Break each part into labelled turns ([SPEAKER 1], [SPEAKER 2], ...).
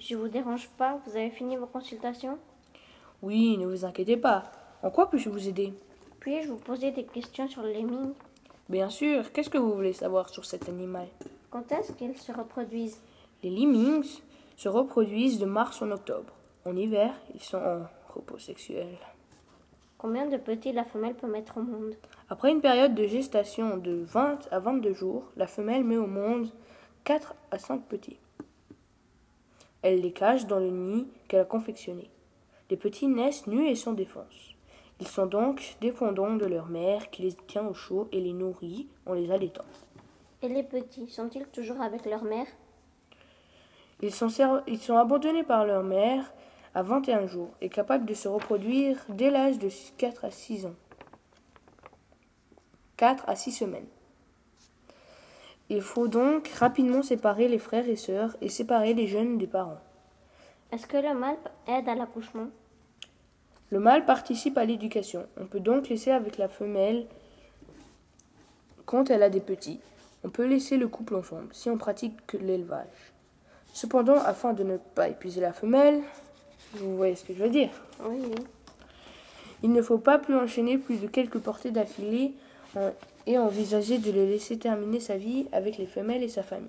[SPEAKER 1] Je vous dérange pas, vous avez fini vos consultations
[SPEAKER 2] Oui, ne vous inquiétez pas. En quoi puis-je vous aider
[SPEAKER 1] Puis-je vous poser des questions sur les mines
[SPEAKER 2] Bien sûr, qu'est-ce que vous voulez savoir sur cet animal
[SPEAKER 1] Quand est-ce qu'ils se reproduisent
[SPEAKER 2] Les lemmings se reproduisent de mars en octobre. En hiver, ils sont en repos sexuel.
[SPEAKER 1] Combien de petits la femelle peut mettre au monde
[SPEAKER 2] Après une période de gestation de 20 à 22 jours, la femelle met au monde 4 à 5 petits. Elle les cache dans le nid qu'elle a confectionné. Les petits naissent nus et sans défense. Ils sont donc dépendants de leur mère qui les tient au chaud et les nourrit en les allaitant.
[SPEAKER 1] Et les petits sont-ils toujours avec leur mère
[SPEAKER 2] Ils sont, ser- ils sont abandonnés par leur mère à 21 jours et capables de se reproduire dès l'âge de 4 à 6 ans. 4 à 6 semaines. Il faut donc rapidement séparer les frères et sœurs et séparer les jeunes des parents.
[SPEAKER 1] Est-ce que le mâle aide à l'accouchement
[SPEAKER 2] Le mâle participe à l'éducation. On peut donc laisser avec la femelle quand elle a des petits. On peut laisser le couple ensemble si on pratique que l'élevage. Cependant, afin de ne pas épuiser la femelle, vous voyez ce que je veux dire.
[SPEAKER 1] Oui, oui.
[SPEAKER 2] Il ne faut pas plus enchaîner plus de quelques portées d'affilée hein, et envisager de le laisser terminer sa vie avec les femelles et sa famille.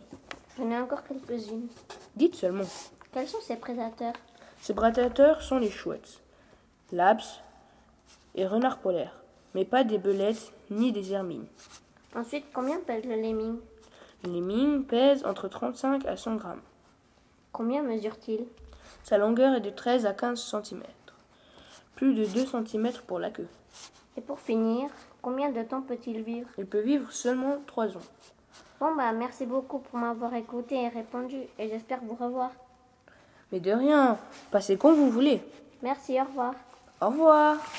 [SPEAKER 1] J'en ai encore quelques-unes.
[SPEAKER 2] Dites seulement.
[SPEAKER 1] Quels sont ses prédateurs
[SPEAKER 2] Ces prédateurs sont les chouettes, laps et renards polaires, mais pas des belettes ni des hermines.
[SPEAKER 1] Ensuite, combien pèse le lemming
[SPEAKER 2] Les mines pèsent entre 35 à 100 grammes.
[SPEAKER 1] Combien mesure-t-il
[SPEAKER 2] Sa longueur est de 13 à 15 cm. Plus de 2 cm pour la queue.
[SPEAKER 1] Et pour finir, combien de temps peut-il vivre
[SPEAKER 2] Il peut vivre seulement 3 ans.
[SPEAKER 1] Bon bah merci beaucoup pour m'avoir écouté et répondu et j'espère vous revoir.
[SPEAKER 2] Mais de rien, passez quand vous voulez.
[SPEAKER 1] Merci, au revoir.
[SPEAKER 2] Au revoir